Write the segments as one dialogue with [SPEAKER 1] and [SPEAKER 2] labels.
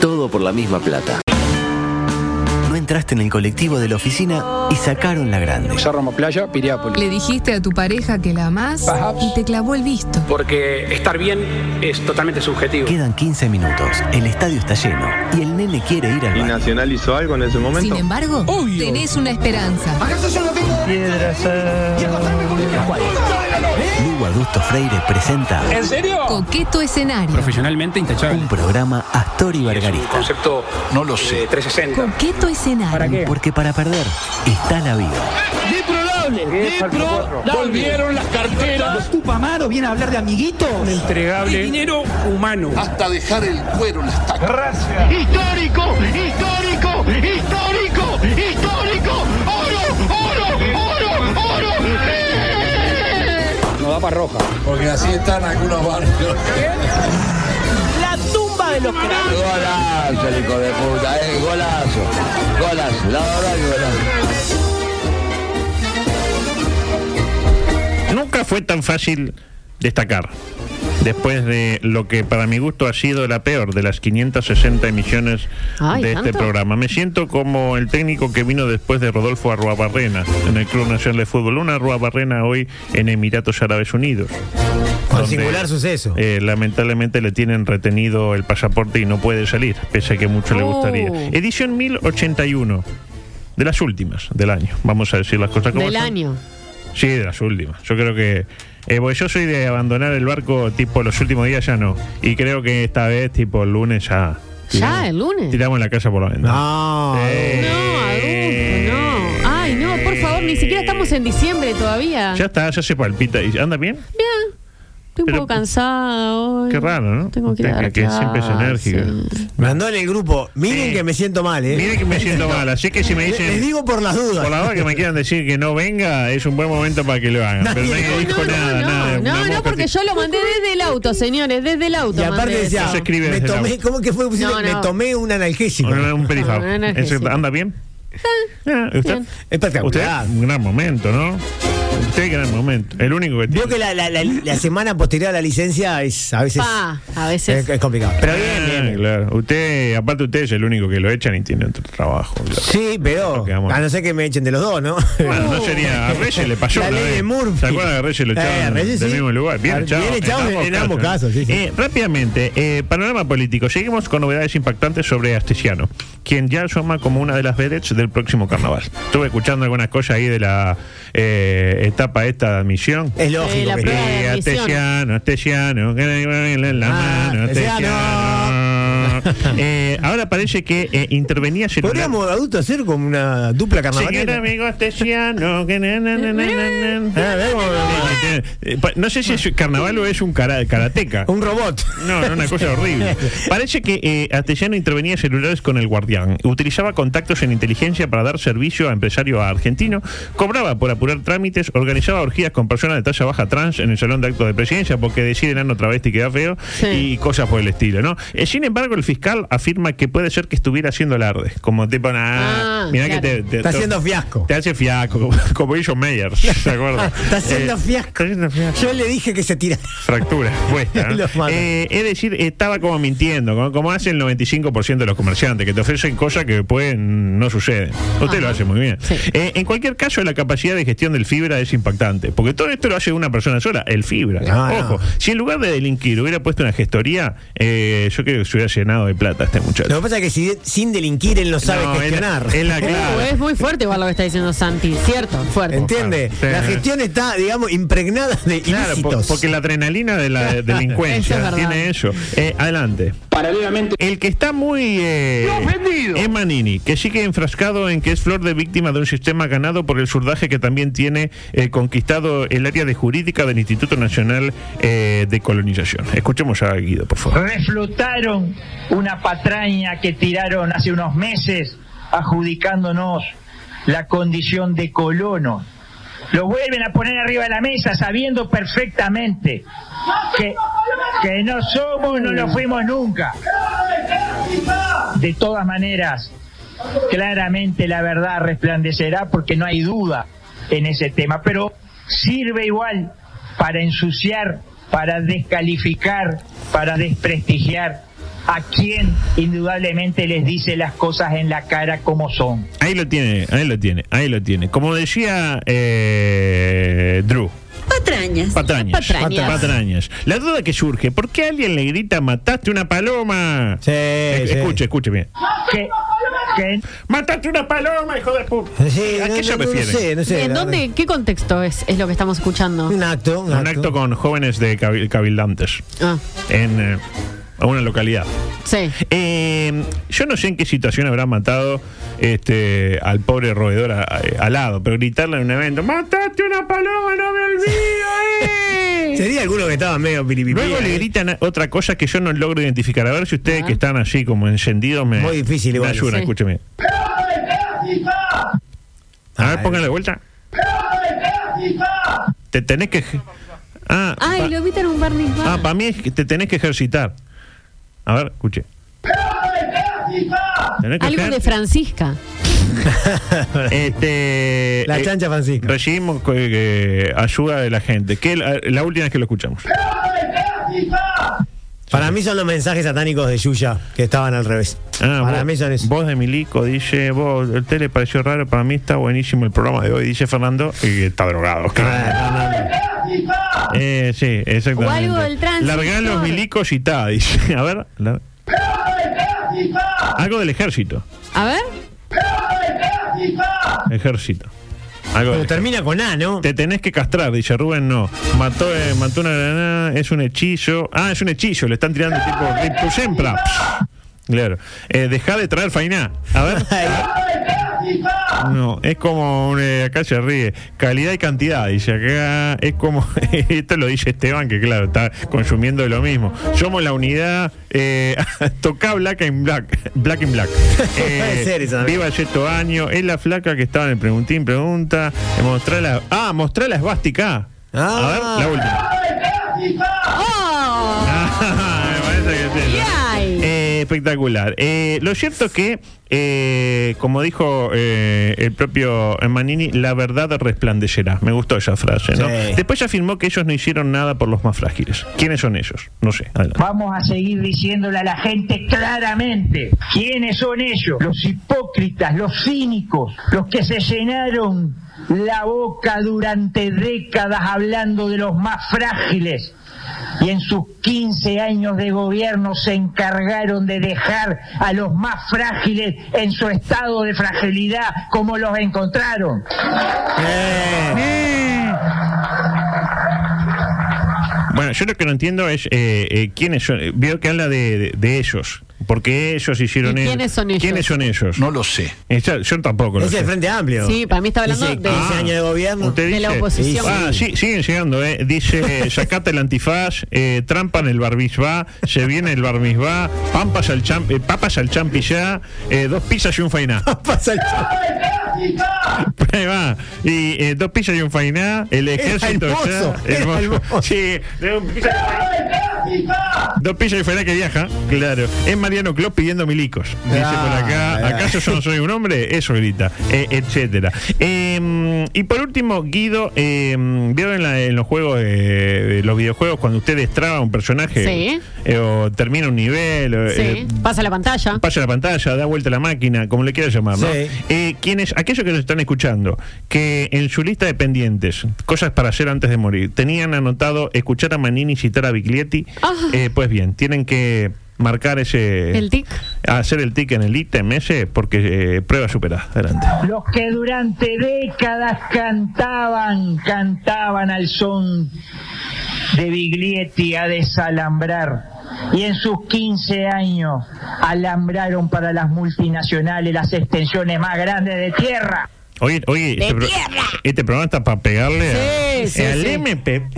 [SPEAKER 1] todo por la misma plata. No entraste en el colectivo de la oficina y sacaron la grande.
[SPEAKER 2] Cerro Playa, Piriápolis.
[SPEAKER 3] Le dijiste a tu pareja que la amás
[SPEAKER 2] Perhaps.
[SPEAKER 3] y te clavó el visto.
[SPEAKER 4] Porque estar bien es totalmente subjetivo.
[SPEAKER 1] Quedan 15 minutos, el estadio está lleno y el nene quiere ir al
[SPEAKER 5] ¿Y
[SPEAKER 1] baño.
[SPEAKER 5] Nacional hizo algo en ese momento?
[SPEAKER 3] Sin embargo, tenés una esperanza.
[SPEAKER 1] Lugo Augusto Freire presenta
[SPEAKER 3] Coqueto escenario.
[SPEAKER 4] Profesionalmente intachable.
[SPEAKER 1] un programa Astor y
[SPEAKER 4] Es un
[SPEAKER 1] Bargarista.
[SPEAKER 4] concepto eh, no lo sé. 360.
[SPEAKER 3] Coqueto escenario.
[SPEAKER 1] Porque para perder está la vida.
[SPEAKER 6] Volvieron las carteras.
[SPEAKER 7] Tupamaro viene a hablar de amiguitos.
[SPEAKER 4] Entregable. Dinero humano.
[SPEAKER 6] Hasta dejar el cuero en las tacas.
[SPEAKER 8] histórico, histórico, histórico, histórico, oro, oro, oro, oro.
[SPEAKER 2] Nos da para roja.
[SPEAKER 6] Porque así están algunos barrios.
[SPEAKER 7] La tumba de los cráneos.
[SPEAKER 6] Golazo, el hijo de puta, eh, golazo. Golazo, la verdad que golazo.
[SPEAKER 9] Nunca fue tan fácil destacar. Después de lo que para mi gusto ha sido la peor de las 560 emisiones
[SPEAKER 10] Ay,
[SPEAKER 9] de este
[SPEAKER 10] ¿tanto?
[SPEAKER 9] programa. Me siento como el técnico que vino después de Rodolfo Arruabarrena en el Club Nacional de Fútbol. Una Arruabarrena hoy en Emiratos Árabes Unidos.
[SPEAKER 11] Con
[SPEAKER 9] donde,
[SPEAKER 11] singular suceso.
[SPEAKER 9] eh, lamentablemente le tienen retenido el pasaporte y no puede salir, pese a que mucho le
[SPEAKER 10] Oh.
[SPEAKER 9] gustaría. Edición 1081, de las últimas del año. Vamos a decir las cosas como
[SPEAKER 10] Del
[SPEAKER 9] son.
[SPEAKER 10] año.
[SPEAKER 9] Sí, de las últimas. Yo creo que. eh, porque yo soy de abandonar el barco, tipo, los últimos días ya no. Y creo que esta vez, tipo, el lunes ya.
[SPEAKER 10] ¿Ya? Ah, ¿El lunes?
[SPEAKER 9] Tiramos la casa por la ventana.
[SPEAKER 11] No.
[SPEAKER 9] Eh,
[SPEAKER 10] No, adulto, no. Ay, no, por favor, ni siquiera estamos en diciembre todavía.
[SPEAKER 9] Ya está, ya se palpita. ¿Y ¿Anda bien?
[SPEAKER 10] Bien. Estoy un
[SPEAKER 9] Pero-
[SPEAKER 10] poco cansada hoy.
[SPEAKER 9] Qué raro, ¿no?
[SPEAKER 10] Mm,
[SPEAKER 9] Este,
[SPEAKER 10] Tengo que ir a
[SPEAKER 9] Que-
[SPEAKER 10] dar
[SPEAKER 9] que siempre es
[SPEAKER 10] clases.
[SPEAKER 9] enérgica.
[SPEAKER 11] Mandó en el grupo. Miren
[SPEAKER 9] Sí.
[SPEAKER 11] que me siento mal, ¿eh?
[SPEAKER 9] Mire que me siento mal, así que si me
[SPEAKER 11] Le- Les
[SPEAKER 9] dicen.
[SPEAKER 11] digo por las dudas.
[SPEAKER 9] Por la hora que me quieran decir que no venga, es un buen momento para que lo hagan.
[SPEAKER 11] Nadie-
[SPEAKER 9] Pero nadie
[SPEAKER 11] no,
[SPEAKER 9] dijo
[SPEAKER 10] No, no,
[SPEAKER 9] nada,
[SPEAKER 10] no,
[SPEAKER 9] nada. una
[SPEAKER 10] no, no,
[SPEAKER 9] mosca
[SPEAKER 10] porque
[SPEAKER 9] así.
[SPEAKER 10] yo lo mandé desde el auto, señores, desde el auto.
[SPEAKER 11] Y aparte
[SPEAKER 10] mandé
[SPEAKER 11] decía,
[SPEAKER 10] eso.
[SPEAKER 9] se escribe
[SPEAKER 11] me
[SPEAKER 9] desde la
[SPEAKER 11] tomé,
[SPEAKER 9] boca.
[SPEAKER 11] ¿cómo que fue? Pusiste,
[SPEAKER 10] No,
[SPEAKER 11] Me
[SPEAKER 10] no.
[SPEAKER 11] tomé un analgésico.
[SPEAKER 9] Un, un perifado.
[SPEAKER 10] No, no, no,
[SPEAKER 9] Eso-
[SPEAKER 10] sí.
[SPEAKER 9] ¿Anda bien? Ah, ¿Usted? Usted,
[SPEAKER 11] Espectacular.
[SPEAKER 9] un gran momento, ¿no? Usted, gran momento. El único que
[SPEAKER 11] Vio
[SPEAKER 9] tiene.
[SPEAKER 11] que la, la- la- la semana posterior a la licencia es a veces
[SPEAKER 10] Pa, Ah, a veces.
[SPEAKER 11] es, es complicado. Pero bien,
[SPEAKER 9] Ah,
[SPEAKER 11] bien. bien.
[SPEAKER 9] Claro. Usted, aparte, usted es el único que lo echan y tiene otro trabajo. claro.
[SPEAKER 11] Sí, pero
[SPEAKER 9] Ok, vamos.
[SPEAKER 11] a no ser que me echen de los dos, ¿no?
[SPEAKER 9] Bueno, no sería. A Reyes le pasó.
[SPEAKER 11] Oh. La
[SPEAKER 9] una
[SPEAKER 11] ley
[SPEAKER 9] vez.
[SPEAKER 11] de Murphy.
[SPEAKER 9] ¿Se acuerdan que a Reyes lo
[SPEAKER 11] Eh, a
[SPEAKER 9] echaron
[SPEAKER 11] Reyes
[SPEAKER 9] del
[SPEAKER 11] sí. Ah,
[SPEAKER 9] mismo lugar? Bien
[SPEAKER 11] Bien
[SPEAKER 9] echado.
[SPEAKER 11] echado en- en ambos casos, sí, sí.
[SPEAKER 9] Eh, rápidamente, eh, panorama político. Seguimos con novedades impactantes sobre Astesiano, quien ya asoma como una de las vedettes del próximo carnaval. Estuve escuchando algunas cosas ahí de la eh, etapa esta de admisión.
[SPEAKER 11] Es lógico.
[SPEAKER 10] Eh, la
[SPEAKER 11] que-
[SPEAKER 10] prueba de
[SPEAKER 9] Eh,
[SPEAKER 10] admisión.
[SPEAKER 9] Astesiano, Astesiano, que le duele en la
[SPEAKER 11] Ah,
[SPEAKER 9] mano,
[SPEAKER 11] Astesiano.
[SPEAKER 9] Astesiano. Eh, ahora parece que eh, intervenía celular.
[SPEAKER 11] Podríamos adulto hacer como una dupla
[SPEAKER 9] Señor
[SPEAKER 11] carnavalera.
[SPEAKER 9] amigo Astesiano, que na, na, na, na, na, na.
[SPEAKER 11] Ah, vemos, vemos.
[SPEAKER 9] Eh, eh, pa- No sé si es carnaval o es un cara- karateca.
[SPEAKER 11] Un robot.
[SPEAKER 9] No, no, una cosa horrible. Parece que eh, Astesiano intervenía celulares con el guardián. Utilizaba contactos en inteligencia para dar servicio a empresario argentino. Cobraba por apurar trámites. Organizaba orgías con personas de talla baja trans en el salón de actos de presidencia porque decir enano travesti queda feo
[SPEAKER 10] Sí.
[SPEAKER 9] y cosas por el estilo, ¿no? Eh, sin embargo, el fiscal afirma que puede ser que estuviera haciendo alarde. Como tipo, ah,
[SPEAKER 10] Ah,
[SPEAKER 9] mirá
[SPEAKER 10] claro.
[SPEAKER 9] que te, te-
[SPEAKER 11] Está
[SPEAKER 9] te-
[SPEAKER 11] haciendo fiasco.
[SPEAKER 9] te hace fiasco, como, como hizo Meyer, ¿se acuerda? Eh,
[SPEAKER 11] Está haciendo fiasco.
[SPEAKER 9] Está haciendo fiasco.
[SPEAKER 11] Yo le dije que se tira.
[SPEAKER 9] Fractura, puesta. ¿no?
[SPEAKER 11] Lo mató.
[SPEAKER 9] Eh, es decir, estaba como mintiendo, como, como hace el 95% de los comerciantes, que te ofrecen cosas que pueden no suceden. Usted
[SPEAKER 10] Ajá.
[SPEAKER 9] lo hace muy bien.
[SPEAKER 10] Sí.
[SPEAKER 9] Eh, en cualquier caso, la capacidad de gestión del fibra es impactante, porque todo esto lo hace una persona sola, el fibra.
[SPEAKER 11] Ah, No,
[SPEAKER 9] Ojo,
[SPEAKER 11] no.
[SPEAKER 9] si en lugar de delinquir hubiera puesto una gestoría, eh, yo creo que se hubiera llenado de plata este muchacho.
[SPEAKER 11] Lo que pasa es que si, sin delinquir él no sabe
[SPEAKER 9] No, es la-
[SPEAKER 11] gestionar.
[SPEAKER 9] es la
[SPEAKER 10] Uh,
[SPEAKER 9] clave.
[SPEAKER 10] es muy fuerte igual lo que está diciendo Santi, cierto, fuerte.
[SPEAKER 11] ¿Entiende?
[SPEAKER 9] Sí.
[SPEAKER 11] La gestión está, digamos, impregnada de
[SPEAKER 9] Claro, po-
[SPEAKER 11] ilícitos.
[SPEAKER 9] porque la adrenalina de la delincuencia
[SPEAKER 10] Eso es
[SPEAKER 9] tiene
[SPEAKER 10] verdad.
[SPEAKER 9] eso. Eh, adelante.
[SPEAKER 4] Paralelamente.
[SPEAKER 9] El que está muy eh,
[SPEAKER 8] ofendido.
[SPEAKER 9] es Manini, que sigue enfrascado en que es flor de víctima de un sistema ganado por el surdaje que también tiene eh, conquistado el área de jurídica del Instituto Nacional eh, de Colonización. Escuchemos a Guido, por favor.
[SPEAKER 7] reflutaron una patraña que tiraron hace unos meses adjudicándonos la condición de colono. Lo vuelven a poner arriba de la mesa sabiendo perfectamente que, que no somos, no lo fuimos nunca. De todas maneras, claramente la verdad resplandecerá porque no hay duda en ese tema, pero sirve igual para ensuciar, para descalificar, para desprestigiar a quien indudablemente les dice las cosas en la cara como son.
[SPEAKER 9] Ahí lo tiene, ahí lo tiene, ahí lo tiene. Como decía eh, Drew.
[SPEAKER 2] Patrañas.
[SPEAKER 9] Patrañas,
[SPEAKER 10] Patrañas.
[SPEAKER 9] patrañas. La duda que surge, ¿por qué alguien le grita mataste una paloma?
[SPEAKER 11] Sí,
[SPEAKER 9] Eh,
[SPEAKER 11] sí.
[SPEAKER 9] Escuche, escuche bien.
[SPEAKER 7] Que, que
[SPEAKER 9] Mataste una paloma, hijo de puta.
[SPEAKER 11] Sí,
[SPEAKER 9] ¿A
[SPEAKER 11] no,
[SPEAKER 9] qué se
[SPEAKER 11] no, no
[SPEAKER 9] refiere?
[SPEAKER 11] sé, no sé,
[SPEAKER 10] ¿En
[SPEAKER 11] la
[SPEAKER 10] Eh, dónde, qué contexto es, es lo que estamos escuchando?
[SPEAKER 11] verdad. Un acto, un,
[SPEAKER 9] Un acto con jóvenes de cabil- cabildantes
[SPEAKER 10] Ah,
[SPEAKER 9] en eh, una localidad.
[SPEAKER 10] sí.
[SPEAKER 9] Eh, yo no sé en qué situación habrá matado este, al pobre roedor a- a- al lado, pero gritarle en un evento, ¡Mataste una paloma, no me olvido! eh".
[SPEAKER 11] Sería alguno que estaba medio piripipí.
[SPEAKER 9] Luego le
[SPEAKER 11] eh.
[SPEAKER 9] gritan a- otra cosa que yo no logro identificar. A ver si ustedes
[SPEAKER 10] Ah.
[SPEAKER 9] que están allí como encendidos me,
[SPEAKER 11] Muy difícil
[SPEAKER 9] me
[SPEAKER 11] igual.
[SPEAKER 9] ayudan,
[SPEAKER 10] Sí.
[SPEAKER 9] escúcheme. A ver,
[SPEAKER 11] Ay.
[SPEAKER 9] pónganle vuelta. Te tenés que... ej- Ah,
[SPEAKER 10] Ay,
[SPEAKER 9] pa-
[SPEAKER 10] lo invitan a un Barney
[SPEAKER 9] ah, para mí es que te tenés que ejercitar. A ver, escuche. Tenés que
[SPEAKER 10] Algo
[SPEAKER 9] ejer-
[SPEAKER 10] de Francisca.
[SPEAKER 9] Este,
[SPEAKER 11] La
[SPEAKER 9] eh,
[SPEAKER 11] chancha Francisca.
[SPEAKER 9] Recibimos eh, eh, ayuda de la gente. Que la, la última vez que lo escuchamos.
[SPEAKER 11] Para mí son los mensajes satánicos de Yuya que estaban al revés.
[SPEAKER 9] Ah,
[SPEAKER 11] Para
[SPEAKER 9] vos-
[SPEAKER 11] mí son eso.
[SPEAKER 9] Vos de Milico dice, vos, el tele pareció raro, para mí está buenísimo el programa de hoy, dice Fernando, y está drogado. claro.
[SPEAKER 11] Ah,
[SPEAKER 9] Eh, sí, exactamente.
[SPEAKER 10] O algo del tránsito.
[SPEAKER 9] Largá los milicos y está, dice. A ver, la- algo del ejército.
[SPEAKER 10] A ver.
[SPEAKER 9] Ejército. Algo
[SPEAKER 11] Pero
[SPEAKER 9] del
[SPEAKER 11] termina con A, ¿no?
[SPEAKER 9] Te tenés que castrar, dice Rubén, no. Mató, eh, mató una granada, es un hechizo. Ah, es un hechizo, le están tirando tipo Rip Sempra. Claro. Eh, dejá de traer fainá. A ver. No, es como un, eh, acá se ríe. Calidad y cantidad, dice acá. Es como. esto lo dice Esteban, que claro, está consumiendo lo mismo. Somos la unidad. Eh, toca Black and Black. Black and Black. Eh,
[SPEAKER 11] Puede ser esa,
[SPEAKER 9] Viva Yeto Año. Es la flaca que estaba en el Preguntín Pregunta. Eh, mostrá la, ah, mostrá la esvástica.
[SPEAKER 11] Ah.
[SPEAKER 9] A ver, la última.
[SPEAKER 10] ¡Oh!
[SPEAKER 9] Ah, me parece que sí, ¿no?
[SPEAKER 10] ¿Qué hay?
[SPEAKER 9] Eh, espectacular. Eh, lo cierto que, eh, como dijo eh, el propio Manini, la verdad resplandecerá. Me gustó esa frase, ¿no?
[SPEAKER 11] Sí.
[SPEAKER 9] Después afirmó que ellos no hicieron nada por los más frágiles. ¿Quiénes son ellos? No sé. Adelante.
[SPEAKER 7] Vamos a seguir diciéndole a la gente claramente quiénes son ellos, los hipócritas, los cínicos, los que se llenaron la boca durante décadas hablando de los más frágiles y en sus 15 años de gobierno se encargaron de dejar a los más frágiles en su estado de fragilidad como los encontraron.
[SPEAKER 9] Bueno, yo lo que no entiendo es eh, eh, quiénes son. eh, Veo que habla de, de- de ellos. porque ellos hicieron
[SPEAKER 10] ¿Y
[SPEAKER 9] eso?
[SPEAKER 10] quiénes son ellos?
[SPEAKER 9] ¿Quiénes son ellos?
[SPEAKER 5] No lo sé.
[SPEAKER 9] Esa- Yo tampoco lo
[SPEAKER 11] Es el
[SPEAKER 9] sé.
[SPEAKER 11] Frente Amplio.
[SPEAKER 10] Sí, para mí está hablando
[SPEAKER 11] Dice
[SPEAKER 10] de-
[SPEAKER 11] 15
[SPEAKER 10] Ah.
[SPEAKER 11] años de gobierno.
[SPEAKER 9] Usted
[SPEAKER 10] De la
[SPEAKER 9] dice-
[SPEAKER 10] oposición.
[SPEAKER 9] Ah, sí, siguen llegando, ¿eh? Dice, sacate el antifaz, eh, trampa en el barbizba, se viene el barbizba, pampas al champ, eh, papas al champi ya, eh, dos pizzas y un fainá.
[SPEAKER 11] Pasa el-
[SPEAKER 9] Ahí va. Y eh, dos pizzas y un fainá, el ejército
[SPEAKER 11] hermoso,
[SPEAKER 9] ya.
[SPEAKER 11] era hermoso.
[SPEAKER 9] Sí, de un pizza y un fainá. Dos pizzas y un fainá que viaja, claro. Es Mariano Klopp pidiendo milicos. Dice
[SPEAKER 11] Ah,
[SPEAKER 9] por acá,
[SPEAKER 11] ya.
[SPEAKER 9] ¿acaso yo no soy un hombre? Eso grita, eh, etcétera. Eh, y por último, Guido, eh, ¿vieron la- en los juegos, eh, de los videojuegos, cuando usted destraba un personaje
[SPEAKER 10] Sí.
[SPEAKER 9] eh, o termina un nivel? o,
[SPEAKER 10] Sí.
[SPEAKER 9] eh,
[SPEAKER 10] Pasa la pantalla.
[SPEAKER 9] Pasa la pantalla, da vuelta la máquina, como le quieras llamar, ¿no?
[SPEAKER 11] Sí.
[SPEAKER 9] Eh, quienes, aquellos que nos están escuchando, que en su lista de pendientes, cosas para hacer antes de morir, tenían anotado escuchar a Manini citar a Biglietti,
[SPEAKER 10] Ah.
[SPEAKER 9] eh, pues bien, tienen que marcar ese...
[SPEAKER 10] El tic.
[SPEAKER 9] Hacer el tic en el ítem ese, porque eh, prueba superada. Adelante.
[SPEAKER 7] Los que durante décadas cantaban, cantaban al son de Biglietti a desalambrar. Y en sus 15 años alambraron para las multinacionales las extensiones más grandes de tierra.
[SPEAKER 9] Oye, oye, este, pro- este programa está para pegarle a-
[SPEAKER 10] Sí, sí,
[SPEAKER 9] al
[SPEAKER 10] sí.
[SPEAKER 9] MPP.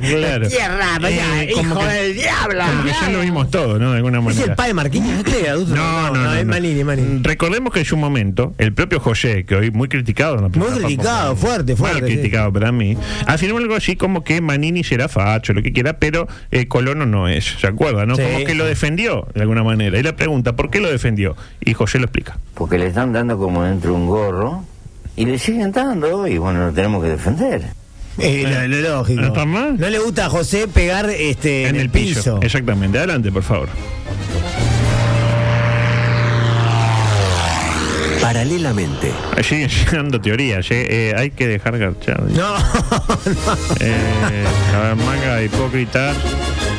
[SPEAKER 9] claro. Eh, como que-
[SPEAKER 11] diablo.
[SPEAKER 9] como que ya lo vimos todo, ¿no? De alguna
[SPEAKER 11] ¿Es
[SPEAKER 9] manera.
[SPEAKER 11] el padre Marquinhos? Este adulto.
[SPEAKER 9] No, no, no.
[SPEAKER 11] es
[SPEAKER 9] no.
[SPEAKER 11] Manini, Manini.
[SPEAKER 9] Recordemos que en su momento, el propio José, que hoy muy criticado en la primera etapa,
[SPEAKER 11] criticado, fuerte, fuerte,
[SPEAKER 9] Mal
[SPEAKER 11] sí.
[SPEAKER 9] criticado para mí, afirmó algo así como que Manini será facho, lo que quiera, pero eh, Colono no es, ¿se acuerda? No?
[SPEAKER 11] Sí.
[SPEAKER 9] Como que lo defendió de alguna manera. Y la pregunta, ¿por qué lo defendió? Y José lo explica.
[SPEAKER 6] Porque le están dando como dentro un gorro y le siguen dando y bueno, lo tenemos que defender.
[SPEAKER 11] Eh, lo, lo lógico.
[SPEAKER 9] ¿No está mal?
[SPEAKER 11] No le gusta a José pegar este,
[SPEAKER 9] en el piso.
[SPEAKER 11] piso.
[SPEAKER 9] Exactamente. Adelante, por favor.
[SPEAKER 1] Paralelamente,
[SPEAKER 9] Siguen llegando teorías, eh, eh, hay que dejar garchar.
[SPEAKER 11] No, no.
[SPEAKER 9] Eh, a ver, manga de hipócrita,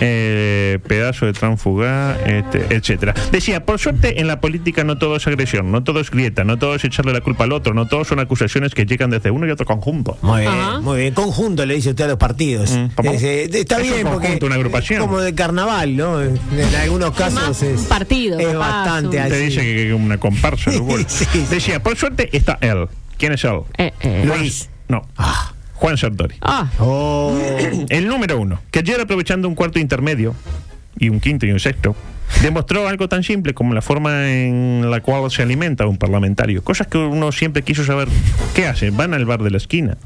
[SPEAKER 9] eh, pedazo de transfugá, este, etcétera. Decía, por suerte en la política no todo es agresión, no todo es grieta, no todo es echarle la culpa al otro, no todo son acusaciones que llegan desde uno y otro conjunto.
[SPEAKER 11] Muy bien,
[SPEAKER 10] Ajá.
[SPEAKER 11] muy bien. Conjunto le dice usted a los partidos.
[SPEAKER 9] Mm, papá.
[SPEAKER 11] Es, eh, está
[SPEAKER 9] Es un
[SPEAKER 11] bien
[SPEAKER 9] conjunto,
[SPEAKER 11] porque
[SPEAKER 9] una agrupación.
[SPEAKER 11] es como de carnaval, ¿no? En en algunos casos
[SPEAKER 10] Más
[SPEAKER 11] es
[SPEAKER 10] un partido,
[SPEAKER 11] es
[SPEAKER 10] capaz,
[SPEAKER 11] bastante
[SPEAKER 10] un-
[SPEAKER 11] así.
[SPEAKER 9] Te dice que que una comparsa. ¿no? Bueno.
[SPEAKER 11] Sí, sí.
[SPEAKER 9] Decía, por suerte está él. ¿Quién es él?
[SPEAKER 10] Eh, eh.
[SPEAKER 11] Luis.
[SPEAKER 9] No. Juan Sartori.
[SPEAKER 10] Ah,
[SPEAKER 11] Oh,
[SPEAKER 9] El número uno, que ayer aprovechando un cuarto intermedio, y un quinto y un sexto, demostró algo tan simple como la forma en la cual se alimenta un parlamentario. Cosas que uno siempre quiso saber. ¿Qué hacen? ¿Van al bar de la esquina?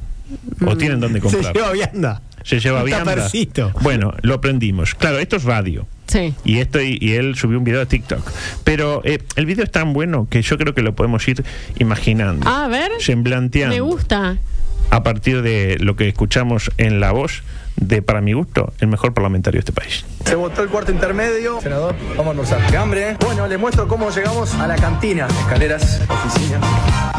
[SPEAKER 9] ¿O tienen dónde
[SPEAKER 11] Mm, se
[SPEAKER 9] comprar?
[SPEAKER 11] lleva vianda.
[SPEAKER 9] Se lleva
[SPEAKER 11] un
[SPEAKER 9] bien.
[SPEAKER 11] tapercito.
[SPEAKER 9] Bueno, lo aprendimos. Claro, esto es radio.
[SPEAKER 10] sí.
[SPEAKER 9] Y esto y, y él subió un video a TikTok. Pero eh, el video es tan bueno que yo creo que lo podemos ir imaginando.
[SPEAKER 10] A ver.
[SPEAKER 9] Semblanteando
[SPEAKER 10] Me gusta.
[SPEAKER 9] a partir de lo que escuchamos en la voz de, para mi gusto, el mejor parlamentario de este país.
[SPEAKER 2] Se votó el cuarto intermedio. Senador, vamos a almorzar. ¡Qué hambre! eh? Bueno, les muestro cómo llegamos a la cantina. Escaleras, oficina.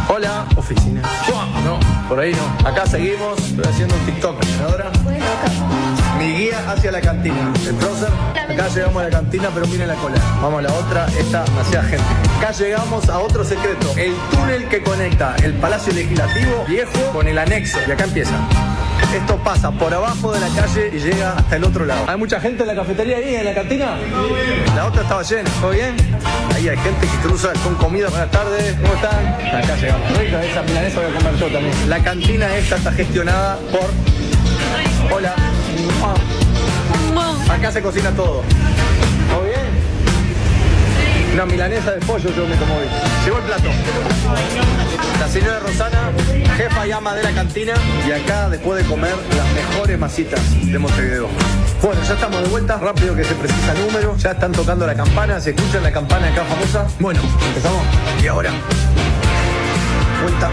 [SPEAKER 2] Hola, oficina. Buah, No, por ahí no. Acá seguimos. Estoy haciendo un TikTok. Senadora. Mi guía hacia la cantina. El prócer. Acá llegamos a la cantina, pero miren la cola. Vamos a la otra. Esta, demasiada gente. Acá llegamos a otro secreto. El túnel que conecta el Palacio Legislativo Viejo con el anexo. Y acá empieza. Esto pasa por abajo de la calle y llega hasta el otro lado. ¿Hay mucha gente en la cafetería ahí, en la cantina? La otra estaba llena, ¿todo bien? Ahí hay gente que cruza con comida. Buenas tardes, ¿cómo están? Acá llegamos. Rica esa milanesa voy a comer yo también. La cantina esta está gestionada por... Hola. Ah. Acá se cocina todo. ¿Todo bien? Una milanesa de pollo yo me como hoy. Llegó el plato. La señora Rosana, jefa y ama de la cantina. Y acá, después de comer, las mejores masitas de Montevideo. Bueno, ya estamos de vuelta, rápido que se precisa el número. Ya están tocando la campana, se escucha la campana acá famosa. Bueno, empezamos. Y ahora, vuelta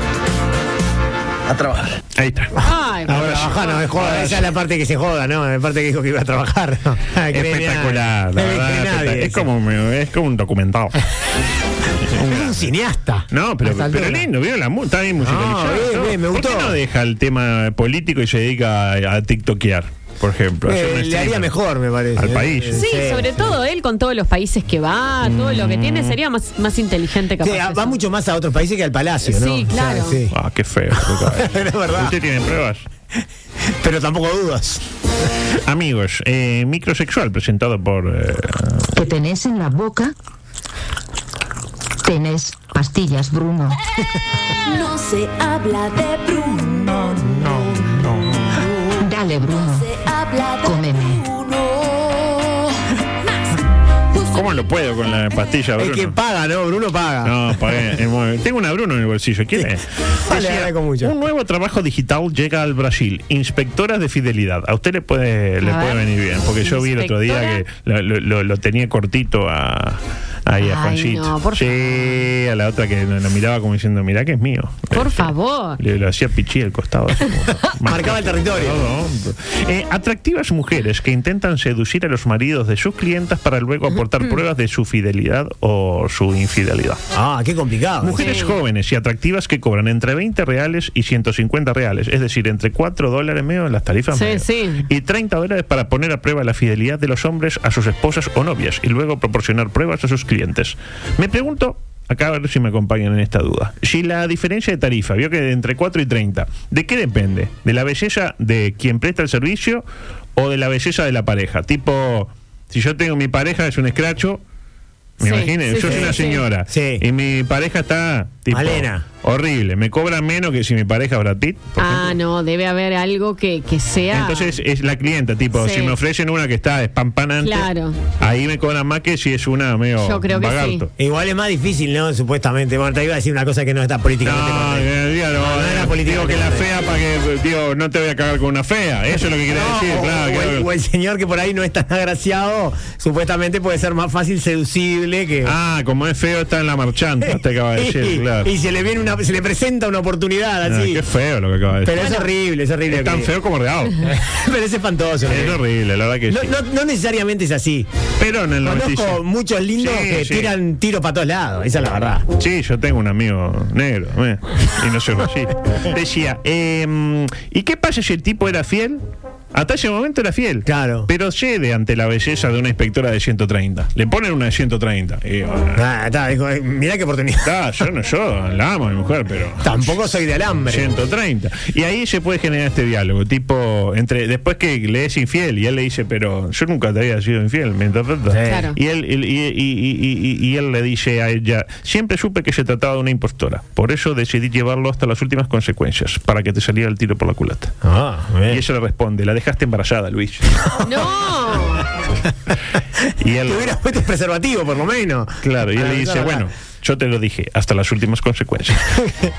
[SPEAKER 2] a trabajar.
[SPEAKER 9] Ahí está.
[SPEAKER 10] Ay, pues
[SPEAKER 11] Ahora trabajar no me joda. Esa es la parte que se joda, ¿no? La parte que dijo que iba a trabajar. ¿no? Ay, cree nadie.
[SPEAKER 9] Espectacular, la
[SPEAKER 11] No
[SPEAKER 9] verdad,
[SPEAKER 11] cree nadie
[SPEAKER 9] espectacular. Es
[SPEAKER 11] eso.
[SPEAKER 9] como, un- es como un documentado.
[SPEAKER 11] Es un cineasta.
[SPEAKER 9] No,
[SPEAKER 11] A
[SPEAKER 9] pero,
[SPEAKER 11] esta
[SPEAKER 9] pero
[SPEAKER 11] altura.
[SPEAKER 9] lindo, vio la mu- está bien musicalizado.
[SPEAKER 11] bien,
[SPEAKER 9] todo.
[SPEAKER 11] bien, me
[SPEAKER 9] ¿Por qué
[SPEAKER 11] gustó.
[SPEAKER 9] no deja el tema político y se dedica a, a tiktokear, por ejemplo? a hacer un
[SPEAKER 11] Eh, le haría
[SPEAKER 9] streamer?
[SPEAKER 11] mejor, me parece.
[SPEAKER 9] Al
[SPEAKER 11] ¿eh?
[SPEAKER 9] país.
[SPEAKER 10] Sí, sobre todo él con todos los países que va, todo lo que tiene, sería más, más inteligente capaz.
[SPEAKER 11] Sí, a- va
[SPEAKER 10] eso.
[SPEAKER 11] mucho más a otros países que al Palacio, ¿no?
[SPEAKER 10] Sí, claro.
[SPEAKER 11] sí.
[SPEAKER 9] Ah, qué feo.
[SPEAKER 11] Es verdad.
[SPEAKER 9] ¿Usted tiene pruebas?
[SPEAKER 11] Pero tampoco dudas.
[SPEAKER 9] Amigos, eh, microsexual presentado por... eh,
[SPEAKER 3] ¿Qué tenés en la boca? Tenés pastillas, Bruno.
[SPEAKER 5] No se habla de Bruno,
[SPEAKER 3] Dale, Bruno.
[SPEAKER 5] se habla de
[SPEAKER 3] Comeme.
[SPEAKER 5] Bruno.
[SPEAKER 9] ¿Cómo lo puedo con la pastilla,
[SPEAKER 11] El
[SPEAKER 9] Bruno?
[SPEAKER 11] que paga, ¿no? Bruno paga.
[SPEAKER 9] No, pagué. Eh, bueno, Tengo una Bruno en el bolsillo. ¿Quién es?
[SPEAKER 11] Ah. Vale, agradezco mucho.
[SPEAKER 9] Un nuevo trabajo digital llega al Brasil. Inspectoras de fidelidad. A usted le puede, le
[SPEAKER 10] A
[SPEAKER 9] puede
[SPEAKER 10] ver.
[SPEAKER 9] venir bien, porque yo vi el otro día que lo, lo- lo- lo tenía cortito a. Ahí a
[SPEAKER 10] Ay,
[SPEAKER 9] Juancito.
[SPEAKER 10] no, por
[SPEAKER 9] sí, a la otra que lo, lo miraba como diciendo, mirá que es mío.
[SPEAKER 10] Por
[SPEAKER 9] Eh,
[SPEAKER 10] favor.
[SPEAKER 9] Le lo hacía pichí al costado. así como-
[SPEAKER 11] Marcaba el territorio.
[SPEAKER 9] Todo. Eh, atractivas mujeres que intentan seducir a los maridos de sus clientas para luego aportar pruebas de su fidelidad o su infidelidad.
[SPEAKER 11] Ah, qué complicado.
[SPEAKER 9] Mujeres jóvenes y atractivas que cobran entre 20 reales y 150 reales, es decir, entre 4 dólares medio en las tarifas
[SPEAKER 10] Sí,
[SPEAKER 9] medio,
[SPEAKER 10] sí.
[SPEAKER 9] y 30 dólares para poner a prueba la fidelidad de los hombres a sus esposas o novias y luego proporcionar pruebas a sus clientes. Me pregunto, acá a ver si me acompañan en esta duda, si la diferencia de tarifa, vio que de entre 4 y 30, ¿de qué depende? ¿De la belleza de quien presta el servicio o de la belleza de la pareja? Tipo, si yo tengo mi pareja, es un escracho. Me
[SPEAKER 10] Sí,
[SPEAKER 9] imagino,
[SPEAKER 10] sí,
[SPEAKER 9] yo soy
[SPEAKER 10] sí,
[SPEAKER 9] una
[SPEAKER 10] sí.
[SPEAKER 9] señora
[SPEAKER 11] Sí.
[SPEAKER 9] y mi pareja está tipo,
[SPEAKER 11] Malena.
[SPEAKER 9] horrible. Me cobra menos que si mi pareja es Brad Pitt. por
[SPEAKER 10] Ah,
[SPEAKER 9] ejemplo.
[SPEAKER 10] no, debe haber algo que, que sea.
[SPEAKER 9] Entonces es la clienta, tipo,
[SPEAKER 10] Sí.
[SPEAKER 9] si me ofrecen una que está espampanante,
[SPEAKER 10] Claro.
[SPEAKER 9] ahí me cobran más que si es una medio
[SPEAKER 10] Yo creo que
[SPEAKER 9] vagarto.
[SPEAKER 11] Igual es más difícil, ¿no? Supuestamente. Bueno, te iba a decir una cosa que no está políticamente
[SPEAKER 9] No, eh,
[SPEAKER 11] correcta.
[SPEAKER 9] que diga, no,
[SPEAKER 11] No, no era
[SPEAKER 9] era
[SPEAKER 11] política.
[SPEAKER 9] Digo que la fea para que. eh, Digo, no te voy a cagar con una fea. Eso es lo que quiere
[SPEAKER 11] No, oh,
[SPEAKER 9] decir,
[SPEAKER 11] o-
[SPEAKER 9] claro.
[SPEAKER 11] o,
[SPEAKER 9] que-
[SPEAKER 11] el, o el señor que por ahí no es tan agraciado, supuestamente puede ser más fácil seducible que.
[SPEAKER 9] Ah, como es feo, está en la marchanta, te acaba de
[SPEAKER 11] oh. y,
[SPEAKER 9] decir, claro.
[SPEAKER 11] y se le viene una, se le presenta una oportunidad
[SPEAKER 9] Ah,
[SPEAKER 11] así.
[SPEAKER 9] qué feo lo que acaba de decir.
[SPEAKER 11] pero es horrible, es horrible.
[SPEAKER 9] Es tan
[SPEAKER 11] que-
[SPEAKER 9] feo como reado.
[SPEAKER 11] pero es espantoso.
[SPEAKER 9] Es horrible, la verdad que
[SPEAKER 11] No,
[SPEAKER 9] sí.
[SPEAKER 11] no- no necesariamente es así.
[SPEAKER 9] Pero en el
[SPEAKER 11] Conozco
[SPEAKER 9] 95.
[SPEAKER 11] muchos lindos
[SPEAKER 9] Sí,
[SPEAKER 11] que
[SPEAKER 9] sí.
[SPEAKER 11] tiran tiros para todos lados, esa es la verdad.
[SPEAKER 9] Sí, yo tengo un amigo negro, eh, y no soy racista. Decía, em, ¿y qué pasa si el tipo era fiel? Hasta ese momento era fiel.
[SPEAKER 11] Claro.
[SPEAKER 9] Pero cede ante la belleza de una inspectora de 130. Le ponen una de 130. Y, ah,
[SPEAKER 11] Ah, está, dijo, eh, mirá qué oportunidad.
[SPEAKER 9] está, yo no, yo la amo a mi mujer, pero.
[SPEAKER 11] Tampoco soy de alambre.
[SPEAKER 9] 130. Y ahí se puede generar este diálogo, tipo, entre después que le es infiel y él le dice, pero yo nunca te había sido infiel, ¿me interpretas?
[SPEAKER 10] Claro.
[SPEAKER 9] Y, él, él- y, y- y- y- y él le dice a ella, siempre supe que se trataba de una impostora, por eso decidí llevarlo hasta las últimas consecuencias, para que te saliera el tiro por la culata.
[SPEAKER 11] Ah,
[SPEAKER 9] Y ella le responde, la dejaste embarazada, Luis.
[SPEAKER 10] No.
[SPEAKER 9] Y él,
[SPEAKER 11] Te hubieras puesto preservativo, por lo menos. Ah,
[SPEAKER 9] Ah, Claro, y él le dice, bueno, yo te lo dije, hasta las últimas consecuencias.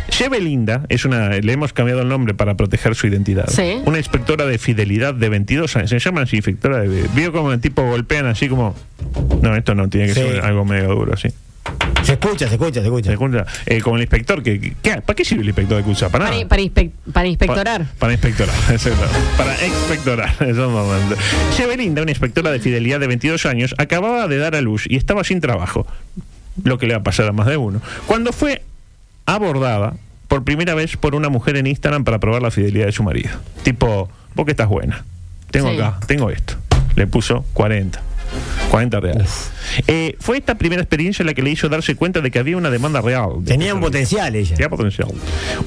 [SPEAKER 9] Shebelinda es una, le hemos cambiado el nombre para proteger su identidad.
[SPEAKER 10] Sí.
[SPEAKER 9] Una inspectora de fidelidad de 22 años. Se llama así, inspectora de... Vio como el tipo golpean así como... No, esto no, tiene que
[SPEAKER 11] Sí.
[SPEAKER 9] ser algo medio duro, sí.
[SPEAKER 11] Se escucha, se escucha, se escucha.
[SPEAKER 9] Se junta, eh, como el inspector, que, que- ¿qué- ¿para qué sirve el inspector de Cusa? Para
[SPEAKER 10] Para,
[SPEAKER 9] nada.
[SPEAKER 10] para inspe- para inspectorar.
[SPEAKER 9] Pa- para inspectorar, exacto. Para inspectorar, en esos momentos. Sebelinda, una inspectora de fidelidad de 22 años, acababa de dar a luz y estaba sin trabajo, lo que le va a pasar a más de uno, cuando fue abordada por primera vez por una mujer en Instagram para probar la fidelidad de su marido. Tipo, vos que estás buena, tengo
[SPEAKER 10] Sí.
[SPEAKER 9] acá, tengo esto. Le puso 40. 40 reales. Eh, fue esta primera experiencia la que le hizo darse cuenta de que había una demanda real. de
[SPEAKER 11] Tenía un
[SPEAKER 9] servicio.
[SPEAKER 11] potencial ella.
[SPEAKER 9] Tenía potencial.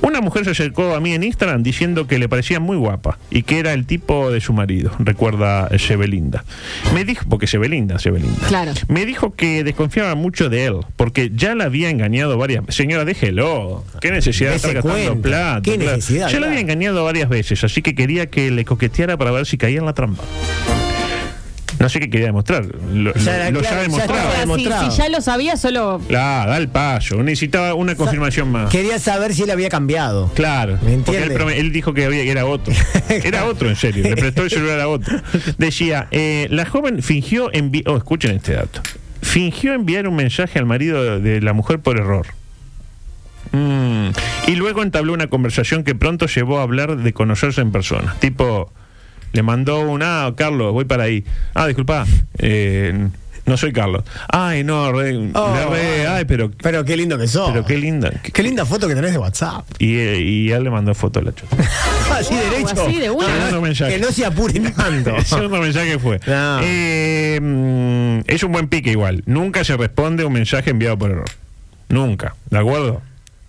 [SPEAKER 9] Una mujer se acercó a mí en Instagram diciendo que le parecía muy guapa y que era el tipo de su marido, recuerda Sebelinda. Me dijo, porque Sebelinda, Sebelinda.
[SPEAKER 10] Claro.
[SPEAKER 9] Me dijo que desconfiaba mucho de él, porque ya la había engañado varias veces. Señora, déjelo. ¿Qué necesidad de
[SPEAKER 11] Dese
[SPEAKER 9] estar gastando
[SPEAKER 11] cuenta.
[SPEAKER 9] plata?
[SPEAKER 11] ¿Qué
[SPEAKER 9] Claro.
[SPEAKER 11] necesidad,
[SPEAKER 9] Ya la
[SPEAKER 11] claro.
[SPEAKER 9] había engañado varias veces, así que quería que le coqueteara para ver si caía en la trampa. No sé qué quería demostrar. Lo,
[SPEAKER 11] Ya era
[SPEAKER 9] lo- lo ya
[SPEAKER 11] claro, ya
[SPEAKER 9] demostrado.
[SPEAKER 11] estaba
[SPEAKER 10] O sea, si-
[SPEAKER 11] demostrado.
[SPEAKER 10] si, ya lo sabía, solo.
[SPEAKER 9] Claro, da el paso. Necesitaba una confirmación más.
[SPEAKER 11] Quería saber si él había cambiado.
[SPEAKER 9] Claro,
[SPEAKER 11] ¿Me
[SPEAKER 9] porque él,
[SPEAKER 11] entiende?
[SPEAKER 9] prome- él dijo que había, que era otro. Era otro, en serio. Le prestó el celular a otro. Decía, eh, la joven fingió enviar... Oh, escuchen este dato. Fingió enviar un mensaje al marido de la mujer por error. Mm, Y luego entabló una conversación que pronto llevó a hablar de conocerse en persona. Tipo, le mandó un, ah, Carlos, voy para ahí. Ah, disculpa, eh, no soy Carlos. Ay, no, re-
[SPEAKER 11] Oh,
[SPEAKER 9] le re- ay, pero,
[SPEAKER 11] Pero qué lindo que sos.
[SPEAKER 9] pero qué linda.
[SPEAKER 11] Qué linda foto que tenés de WhatsApp.
[SPEAKER 9] Y, eh, y él le mandó foto a la chota.
[SPEAKER 11] así
[SPEAKER 10] Wow,
[SPEAKER 11] derecho.
[SPEAKER 10] Ah, así de una.
[SPEAKER 11] Que no-
[SPEAKER 9] Segundo mensaje.
[SPEAKER 11] que no se apuren tanto.
[SPEAKER 9] El segundo mensaje fue.
[SPEAKER 11] No.
[SPEAKER 9] eh, mm, es un buen pique igual. Nunca se responde a un mensaje enviado por error. Nunca. ¿De acuerdo?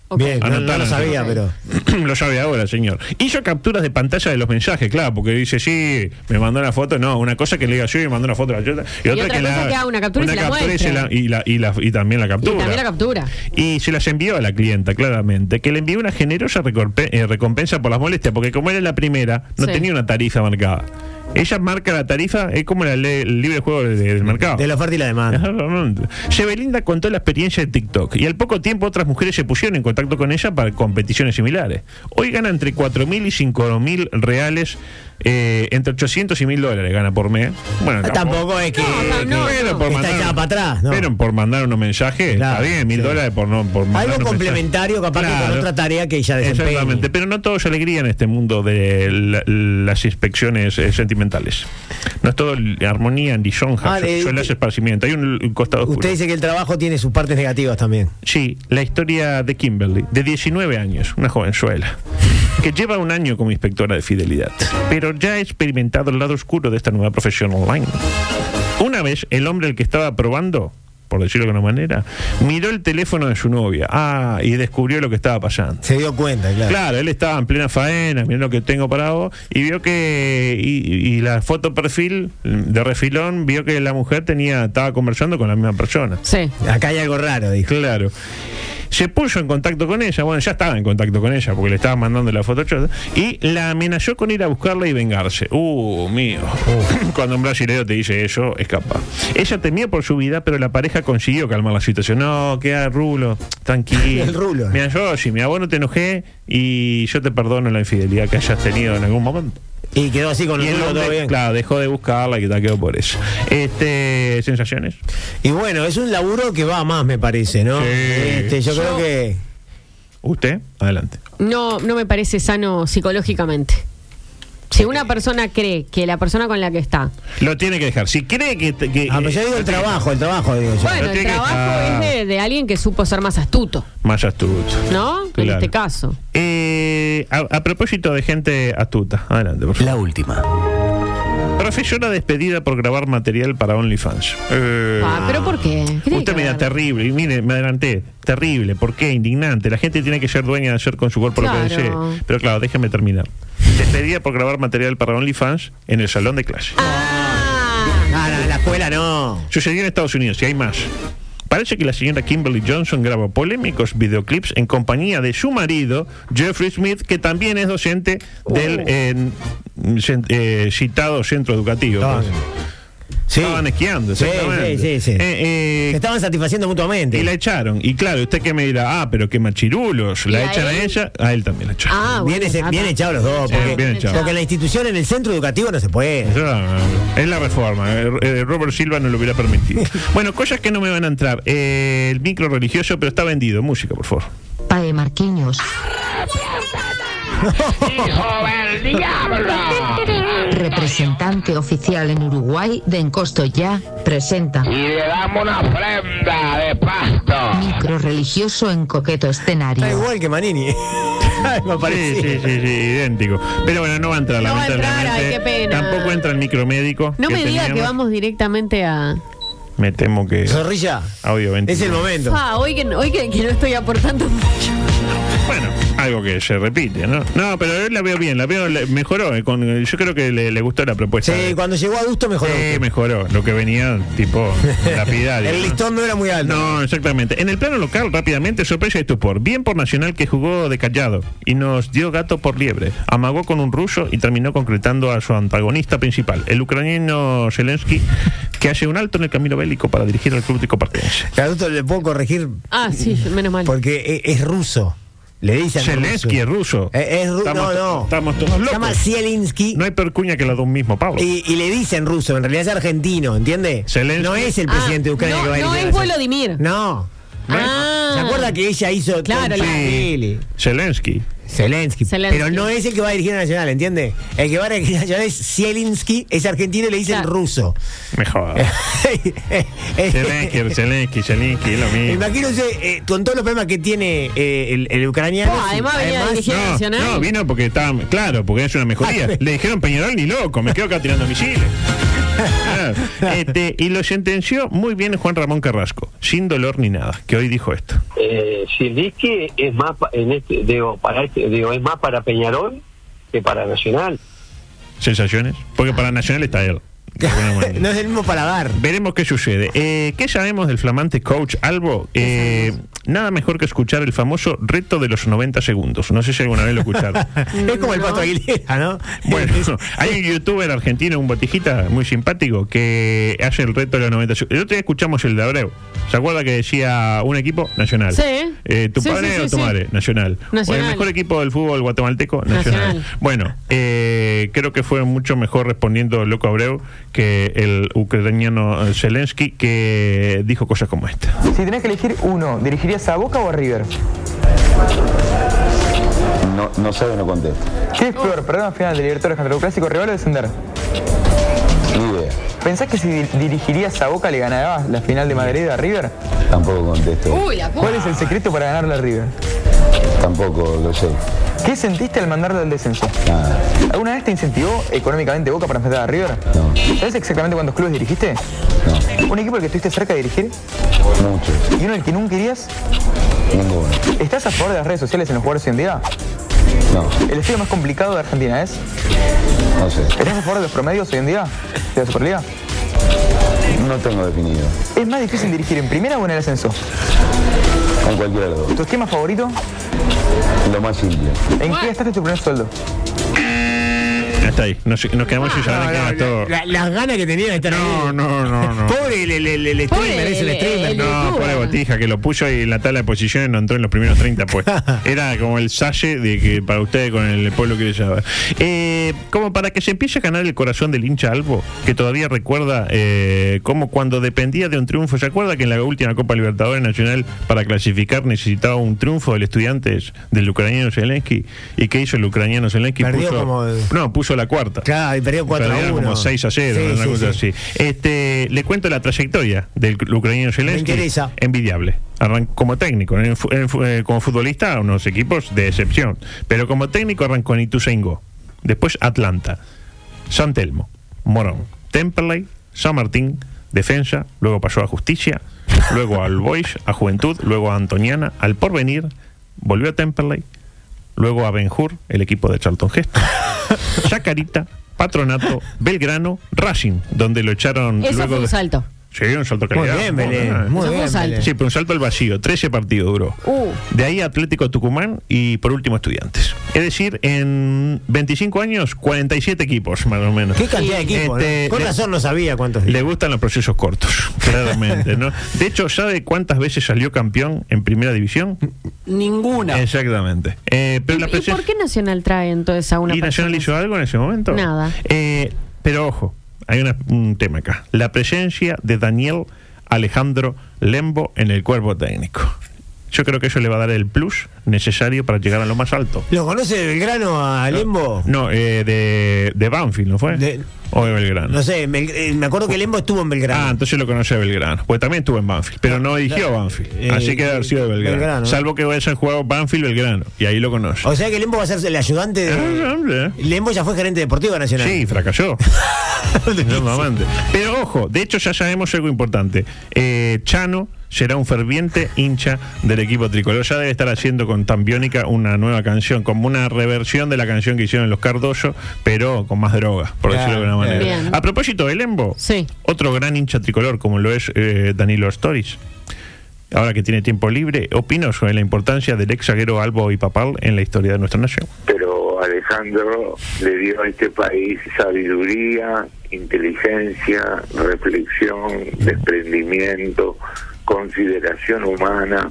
[SPEAKER 10] Ok.
[SPEAKER 11] Bien, no, no
[SPEAKER 9] Anotalo,
[SPEAKER 11] lo sabía,
[SPEAKER 9] anotalo.
[SPEAKER 11] pero.
[SPEAKER 9] Lo sabe ahora, señor. Hizo capturas de pantalla de los mensajes, claro, porque dice, sí, me mandó una foto. No, una cosa que le diga yo y me mandó una foto a la chota. Y,
[SPEAKER 10] otra cosa que haga una captura y se la
[SPEAKER 9] y, se la-
[SPEAKER 10] muestre.
[SPEAKER 9] y la- y la- y también la captura.
[SPEAKER 10] Y también la captura.
[SPEAKER 9] Y se las envió a la clienta, claramente, que le envió una generosa recorpe- eh, recompensa por las molestias, porque como era la primera, no
[SPEAKER 10] Sí.
[SPEAKER 9] tenía una tarifa marcada. Ella marca la tarifa, es como la ley- el libre juego de- del mercado.
[SPEAKER 11] De la oferta y la demanda.
[SPEAKER 9] Sebelinda contó la experiencia de TikTok y al poco tiempo otras mujeres se pusieron en contacto con ella para competiciones similares. Hoy gana entre 4.000 y 5.000 reales, eh, entre 800 y 1.000 dólares gana por mes. Bueno,
[SPEAKER 11] Ah, Tampoco es que.
[SPEAKER 10] No, no, no.
[SPEAKER 9] pero por
[SPEAKER 11] Está
[SPEAKER 9] mandar-
[SPEAKER 11] echada para atrás, ¿no?
[SPEAKER 9] Pero por mandar unos mensajes,
[SPEAKER 11] Claro,
[SPEAKER 9] está bien, mil
[SPEAKER 11] sí.
[SPEAKER 9] dólares por no por mandar
[SPEAKER 11] Algo
[SPEAKER 9] unos
[SPEAKER 11] complementario,
[SPEAKER 9] mensajes.
[SPEAKER 11] capaz que con
[SPEAKER 9] Claro.
[SPEAKER 11] otra tarea que ella
[SPEAKER 9] Exactamente,
[SPEAKER 11] desempeñe.
[SPEAKER 9] pero no todo es alegría en este mundo de la- las inspecciones eh, sentimentales. No es todo l- armonía ni sonja,
[SPEAKER 11] Ah,
[SPEAKER 9] so-
[SPEAKER 11] eh,
[SPEAKER 9] suele
[SPEAKER 11] eh,
[SPEAKER 9] hacer esparcimiento. Hay un, un costado oscuro.
[SPEAKER 11] Usted dice que el trabajo tiene sus partes negativas también.
[SPEAKER 9] Sí, la historia de Kimberly, de 19 años, una jovenzuela, que lleva un año como inspectora de fidelidad, pero ya ha experimentado el lado oscuro de esta nueva profesión online. Una vez, el hombre al que estaba probando, por decirlo de una manera, miró el teléfono de su novia ah, y descubrió lo que estaba pasando.
[SPEAKER 11] Se dio cuenta, claro.
[SPEAKER 9] Claro, él estaba en plena faena, mirá lo que tengo para vos, y vio que, y, y la foto perfil de refilón, vio que la mujer tenía, estaba conversando con la misma persona.
[SPEAKER 10] Sí.
[SPEAKER 11] Acá hay algo raro, dijo.
[SPEAKER 9] Claro. Se puso en contacto con ella, bueno, ya estaba en contacto con ella porque le estaba mandando la foto chota, y la amenazó con ir a buscarla y vengarse. Uh, mío. Cuando un brasilero te dice eso, escapa. Ella temía por su vida, pero la pareja consiguió calmar la situación. No, queda rulo, tranquilo.
[SPEAKER 11] El rulo.
[SPEAKER 9] Mira, yo, si mi abuelo te enojé y yo te perdono la infidelidad que hayas tenido en algún momento.
[SPEAKER 11] Y quedó así con
[SPEAKER 9] Y
[SPEAKER 11] el
[SPEAKER 9] el
[SPEAKER 11] rulo todo
[SPEAKER 9] hombre,
[SPEAKER 11] bien.
[SPEAKER 9] Claro, dejó de buscarla y te quedó por eso. Este, sensaciones.
[SPEAKER 11] Y bueno, es un laburo que va a más, me parece, ¿no?
[SPEAKER 9] Sí.
[SPEAKER 11] Este, yo, creo
[SPEAKER 10] Yo-
[SPEAKER 11] que.
[SPEAKER 9] Usted, adelante.
[SPEAKER 10] No, no me parece sano psicológicamente. Si una persona cree que la persona con la que está.
[SPEAKER 9] Lo tiene que dejar. Si cree que. te- que
[SPEAKER 11] Ah, pero yo
[SPEAKER 9] eh,
[SPEAKER 11] digo el
[SPEAKER 9] lo tiene-
[SPEAKER 11] trabajo, el trabajo, digo yo.
[SPEAKER 10] Bueno, el
[SPEAKER 9] tiene que
[SPEAKER 10] trabajo
[SPEAKER 9] estar-
[SPEAKER 10] es de, de alguien que supo ser más astuto,
[SPEAKER 9] Más astuto.
[SPEAKER 10] ¿no? En
[SPEAKER 9] Claro.
[SPEAKER 10] este caso.
[SPEAKER 9] Eh, a, a propósito de gente astuta, adelante, por favor.
[SPEAKER 1] La última.
[SPEAKER 9] Profesora despedida por grabar material para OnlyFans. Eh,
[SPEAKER 10] Ah, pero ¿por qué? ¿Qué tiene
[SPEAKER 9] Usted
[SPEAKER 10] que
[SPEAKER 9] mira,
[SPEAKER 10] ver?
[SPEAKER 9] terrible, y mire, me adelanté, terrible, ¿por qué? Indignante, la gente tiene que ser dueña de hacer con su cuerpo lo que desee.
[SPEAKER 10] Claro.
[SPEAKER 9] Pero claro, déjeme terminar. Despedida por grabar material para OnlyFans en el salón de clase.
[SPEAKER 11] Ah, no, en la escuela no.
[SPEAKER 9] Sucedió en Estados Unidos y hay más. Parece que la señora Kimberly Johnson grabó polémicos videoclips en compañía de su marido, Jeffrey Smith, que también es docente
[SPEAKER 11] Uh.
[SPEAKER 9] del eh, cen- eh, citado centro educativo. pues.
[SPEAKER 11] Estaban- Sí.
[SPEAKER 9] Estaban esquiando,
[SPEAKER 11] Sí,
[SPEAKER 9] exactamente.
[SPEAKER 11] sí, sí, sí.
[SPEAKER 9] Eh, eh,
[SPEAKER 11] Se estaban satisfaciendo mutuamente.
[SPEAKER 9] y la echaron. Y claro, usted que me dirá, ah, pero qué machirulos.
[SPEAKER 10] ¿Y
[SPEAKER 9] La
[SPEAKER 10] a
[SPEAKER 9] echan a
[SPEAKER 10] él?
[SPEAKER 9] ella, a él también la echaron.
[SPEAKER 10] Ah,
[SPEAKER 11] bien,
[SPEAKER 10] bueno,
[SPEAKER 11] ese-
[SPEAKER 10] nada.
[SPEAKER 11] bien echados los dos.
[SPEAKER 9] Sí,
[SPEAKER 11] porque,
[SPEAKER 9] bien echados.
[SPEAKER 11] porque en la institución, en el centro educativo, no se puede.
[SPEAKER 9] Eso, ah, Es la reforma. eh, eh, Robert Silva no lo hubiera permitido. bueno, cosas que no me van a entrar. Eh, el micro religioso, pero está vendido. Música, por favor.
[SPEAKER 3] Pae Marquiños. Representante oficial en Uruguay de Encosto Ya presenta
[SPEAKER 8] Y le damos una ofrenda de pasto.
[SPEAKER 3] micro religioso en coqueto
[SPEAKER 11] Está
[SPEAKER 3] escenario.
[SPEAKER 11] igual que Manini. Algo
[SPEAKER 9] Sí,
[SPEAKER 11] parecido.
[SPEAKER 9] sí, sí, sí, idéntico. Pero bueno, no va a entrar,
[SPEAKER 10] No va a
[SPEAKER 9] lamentablemente.
[SPEAKER 10] entrar, ay, qué pena.
[SPEAKER 9] Tampoco entra el micromédico.
[SPEAKER 10] No
[SPEAKER 9] que
[SPEAKER 10] me diga
[SPEAKER 9] teníamos.
[SPEAKER 10] que vamos directamente a.
[SPEAKER 9] Me temo que.
[SPEAKER 11] Zorrilla.
[SPEAKER 9] Audio 20.
[SPEAKER 11] Es el momento.
[SPEAKER 10] Ah, hoy que, hoy que, que no estoy aportando mucho.
[SPEAKER 9] Bueno, algo que se repite, ¿no? No, pero él la veo bien, la veo, la- mejoró. eh, con- eh, yo creo que le, le gustó la propuesta.
[SPEAKER 11] Sí, cuando llegó Adusto mejoró.
[SPEAKER 9] Sí, mejoró. Lo que venía, tipo, lapidario.
[SPEAKER 11] El
[SPEAKER 9] ¿no?
[SPEAKER 11] listón no era muy alto.
[SPEAKER 9] No, exactamente. En el plano local, rápidamente, sorpresa y estupor. Bien por Nacional que jugó de callado y nos dio gato por liebre. Amagó con un ruso y terminó concretando a su antagonista principal, el ucraniano Zelensky, que hace un alto en el camino bélico para dirigir al club tricopartense.
[SPEAKER 11] Que a Adusto le puedo corregir
[SPEAKER 10] Ah, sí, menos mal.
[SPEAKER 11] porque e- es, ruso. Le dicen.
[SPEAKER 9] Zelensky es ruso.
[SPEAKER 11] Eh, es ru-
[SPEAKER 9] Estamos-
[SPEAKER 11] no, no.
[SPEAKER 9] Estamos todos
[SPEAKER 11] Se llama
[SPEAKER 9] locos.
[SPEAKER 11] Zielinski.
[SPEAKER 9] No hay peor cuña que la de un mismo Pablo.
[SPEAKER 11] Y, y le dicen ruso, en realidad es argentino, ¿entiende?
[SPEAKER 9] Zelensky.
[SPEAKER 11] No es el
[SPEAKER 10] Ah,
[SPEAKER 11] presidente de Ucrania
[SPEAKER 10] no,
[SPEAKER 11] que va a ir
[SPEAKER 10] no
[SPEAKER 11] a
[SPEAKER 10] es
[SPEAKER 11] la-
[SPEAKER 10] Volodymyr.
[SPEAKER 11] No.
[SPEAKER 10] Ah.
[SPEAKER 11] ¿Se acuerda que ella hizo
[SPEAKER 10] Claro,
[SPEAKER 11] con
[SPEAKER 10] la-
[SPEAKER 11] Chile?
[SPEAKER 9] Zelensky.
[SPEAKER 11] Zelensky.
[SPEAKER 10] Zelensky.
[SPEAKER 11] Pero no es el que va a dirigir a Nacional, ¿entiende? El que va a dirigir a Nacional es Zielinski, es argentino y le dicen
[SPEAKER 10] Claro.
[SPEAKER 11] ruso.
[SPEAKER 9] Mejor. Zelensky, Zelensky, Zelensky, es lo mismo.
[SPEAKER 11] Imagínense, eh, con todos los problemas que tiene eh, el, el ucraniano.
[SPEAKER 10] Oh, además venía dirigiendo
[SPEAKER 9] Ah, No,
[SPEAKER 10] Nacional.
[SPEAKER 9] no, vino porque estaba. Claro, porque es una mejoría. Le dijeron Peñarol ni loco, me quedo acá tirando misiles. Claro. Este, y lo sentenció muy bien Juan Ramón Carrasco, sin dolor ni nada, que hoy dijo esto.
[SPEAKER 12] eh, Zielinski es más pa- en este, digo, para este, digo, es más para Peñarol que para Nacional.
[SPEAKER 9] ¿Sensaciones? Porque para Nacional está él. de alguna manera.
[SPEAKER 11] no es el mismo paladar.
[SPEAKER 9] Veremos qué sucede. Eh, ¿Qué sabemos del flamante coach Albo? Eh, nada mejor que escuchar el famoso reto de los 90 segundos. No sé si alguna vez lo escucharon.
[SPEAKER 11] es como el Pato Aguilera, ¿no?
[SPEAKER 9] Bueno, hay un youtuber argentino, un botijita muy simpático, que hace el reto de los 90. El otro día escuchamos el de Abreu. ¿Se acuerda que decía un equipo nacional?
[SPEAKER 10] Sí.
[SPEAKER 9] Eh, ¿Tu
[SPEAKER 10] Sí,
[SPEAKER 9] padre
[SPEAKER 10] sí, sí,
[SPEAKER 9] o tu
[SPEAKER 10] sí.
[SPEAKER 9] madre? Nacional.
[SPEAKER 10] Nacional.
[SPEAKER 9] ¿O el mejor equipo del fútbol guatemalteco? Nacional.
[SPEAKER 10] Nacional.
[SPEAKER 9] Bueno, eh, creo que fue mucho mejor respondiendo Loco Abreu que el ucraniano eh, Zelensky, que dijo cosas como esta.
[SPEAKER 2] Si tenés que elegir uno, ¿dirigirías a Boca o a River?
[SPEAKER 6] No, no sabe, no contesta.
[SPEAKER 2] ¿Qué es peor, perder una final de Libertadores contra un clásico rival o descender?
[SPEAKER 6] Ni idea.
[SPEAKER 2] ¿Pensás que si di- dirigirías a Boca le ganabas la final de Madrid a River?
[SPEAKER 6] Tampoco contesto.
[SPEAKER 10] Uy, la puta.
[SPEAKER 2] ¿Cuál es el secreto para ganarle a River?
[SPEAKER 6] Tampoco lo sé.
[SPEAKER 2] ¿Qué sentiste al mandarlo al descenso?
[SPEAKER 6] Nada.
[SPEAKER 2] ¿Alguna vez te incentivó económicamente Boca para enfrentar a River?
[SPEAKER 6] No.
[SPEAKER 2] ¿Sabes exactamente cuántos clubes dirigiste? ¿Un equipo al que estuviste cerca de dirigir?
[SPEAKER 6] Muchos.
[SPEAKER 2] ¿Y uno al que nunca irías?
[SPEAKER 6] Ninguno.
[SPEAKER 2] ¿Estás a favor de las redes sociales en los jugadores hoy en día?
[SPEAKER 6] No.
[SPEAKER 2] ¿El estilo más complicado de Argentina es?
[SPEAKER 6] No sé.
[SPEAKER 2] ¿Estás a favor de los promedios hoy en día? ¿De la Superliga?
[SPEAKER 13] No tengo definido.
[SPEAKER 14] ¿Es más difícil dirigir en primera o en el ascenso?
[SPEAKER 13] Con cualquiera de los dos.
[SPEAKER 14] ¿Tu esquema favorito?
[SPEAKER 13] Lo más simple.
[SPEAKER 14] ¿En qué gastaste tu primer sueldo?
[SPEAKER 9] Hasta ahí. Nos, nos quedamos y ya
[SPEAKER 11] No, no,
[SPEAKER 9] todo.
[SPEAKER 11] la- las ganas que tenía de estar
[SPEAKER 9] No, no, no, no.
[SPEAKER 11] Pobre el, el- el- el streamer,
[SPEAKER 9] Pobre
[SPEAKER 11] es el
[SPEAKER 9] el-
[SPEAKER 11] streamer.
[SPEAKER 9] No, pobre botija que lo puso y en la tabla de posiciones no entró en los primeros 30, pues. Era como el salle de que para ustedes con el pueblo que les llama. Eh, como para que se empiece a ganar el corazón del hincha Albo, que todavía recuerda eh, como cuando dependía de un triunfo. ¿Se acuerda que en la última Copa Libertadores Nacional para clasificar necesitaba un triunfo del estudiantes del ucraniano Zelensky? ¿Y qué hizo el ucraniano Zelensky?
[SPEAKER 11] Perdió
[SPEAKER 9] Puso-
[SPEAKER 11] como el-
[SPEAKER 9] No, puso la cuarta.
[SPEAKER 11] Claro, y perdió 4 a
[SPEAKER 9] Perdieron
[SPEAKER 11] 1.
[SPEAKER 9] como 6 a 0,
[SPEAKER 11] Sí,
[SPEAKER 9] una
[SPEAKER 11] sí,
[SPEAKER 9] cosa
[SPEAKER 11] sí.
[SPEAKER 9] así. Este, le cuento la trayectoria del cl- ucraniano Zelensky.
[SPEAKER 11] interesa.
[SPEAKER 9] Envidiable. Arran- como técnico, en fu- en fu- eh, como futbolista, unos equipos de excepción. Pero como técnico arrancó en Ituzaingó, después Atlanta, San Telmo, Morón, Temperley, San Martín, Defensa, luego pasó a Justicia, luego al Boys, a Juventud, luego a Antoniana, al Porvenir, volvió a Temperley, luego a Benjur, el equipo de Charlton Heston, Chacarita, Patronato, Belgrano, Racing, donde lo echaron
[SPEAKER 10] Eso
[SPEAKER 9] luego
[SPEAKER 10] fue un
[SPEAKER 9] de-
[SPEAKER 10] salto.
[SPEAKER 9] Sí, un salto de
[SPEAKER 11] Muy
[SPEAKER 9] calidad.
[SPEAKER 11] bien, Belén,
[SPEAKER 9] Bueno,
[SPEAKER 11] muy
[SPEAKER 9] eh.
[SPEAKER 10] Eso fue un bien, salto. Belén.
[SPEAKER 9] Sí, pero un salto al vacío. 13 partidos duró.
[SPEAKER 10] Uh.
[SPEAKER 9] De ahí Atlético Tucumán y por último Estudiantes. Es decir, en 25 años, 47 equipos más o menos.
[SPEAKER 11] Qué cantidad de equipos.
[SPEAKER 9] Este,
[SPEAKER 11] ¿no? Con
[SPEAKER 9] le-
[SPEAKER 11] razón no sabía cuántos.
[SPEAKER 9] Le gustan los procesos cortos, claramente, ¿no? De hecho, ¿sabe cuántas veces salió campeón en primera división? Ninguna. Exactamente. Eh, pero la
[SPEAKER 10] ¿Y
[SPEAKER 9] presión-
[SPEAKER 10] por qué Nacional trae entonces a una
[SPEAKER 9] ¿Y Nacional
[SPEAKER 10] persona?
[SPEAKER 9] hizo algo en ese momento?
[SPEAKER 10] Nada.
[SPEAKER 9] Eh, pero ojo, hay una- un tema acá. La presencia de Daniel Alejandro Lembo en el cuerpo técnico. Yo creo que eso le va a dar el plus necesario para llegar a lo más alto.
[SPEAKER 11] ¿Lo conoce Belgrano a Lembo?
[SPEAKER 9] No, eh, de, de Banfield, ¿no fue?
[SPEAKER 11] De-
[SPEAKER 9] o de Belgrano.
[SPEAKER 11] No sé, Bel- eh, me acuerdo que Lembo estuvo en
[SPEAKER 9] Ah,
[SPEAKER 11] Belgrano.
[SPEAKER 9] entonces lo conoce de Belgrano. Pues también estuvo en Banfield, pero no dirigió a Banfield.
[SPEAKER 11] eh,
[SPEAKER 9] así que debe haber sido de Belgrano.
[SPEAKER 11] Belgrano, ¿no?
[SPEAKER 9] Salvo que vaya a jugar Banfield-Belgrano. Y ahí lo conoce.
[SPEAKER 11] O sea que Lembo va a ser el ayudante de. Lembo ya fue gerente deportivo nacional.
[SPEAKER 9] Sí, fracasó. No, mamante. Pero ojo, de hecho ya sabemos algo importante. Eh, Chano será un ferviente hincha del equipo tricolor. Ya debe estar haciendo con Tambiónica una nueva canción, como una reversión de la canción que hicieron los Cardoso, pero con más drogas, por
[SPEAKER 11] Claro,
[SPEAKER 9] decirlo de alguna manera.
[SPEAKER 11] bien.
[SPEAKER 9] A propósito de Lembo, otro gran hincha tricolor como lo es eh, Danilo Stories. Ahora que tiene tiempo libre, opino sobre la importancia del ex zaguero Albo y Papal en la historia de nuestra nación.
[SPEAKER 15] pero Alejandro le dio a este país sabiduría, inteligencia, reflexión, desprendimiento, consideración humana,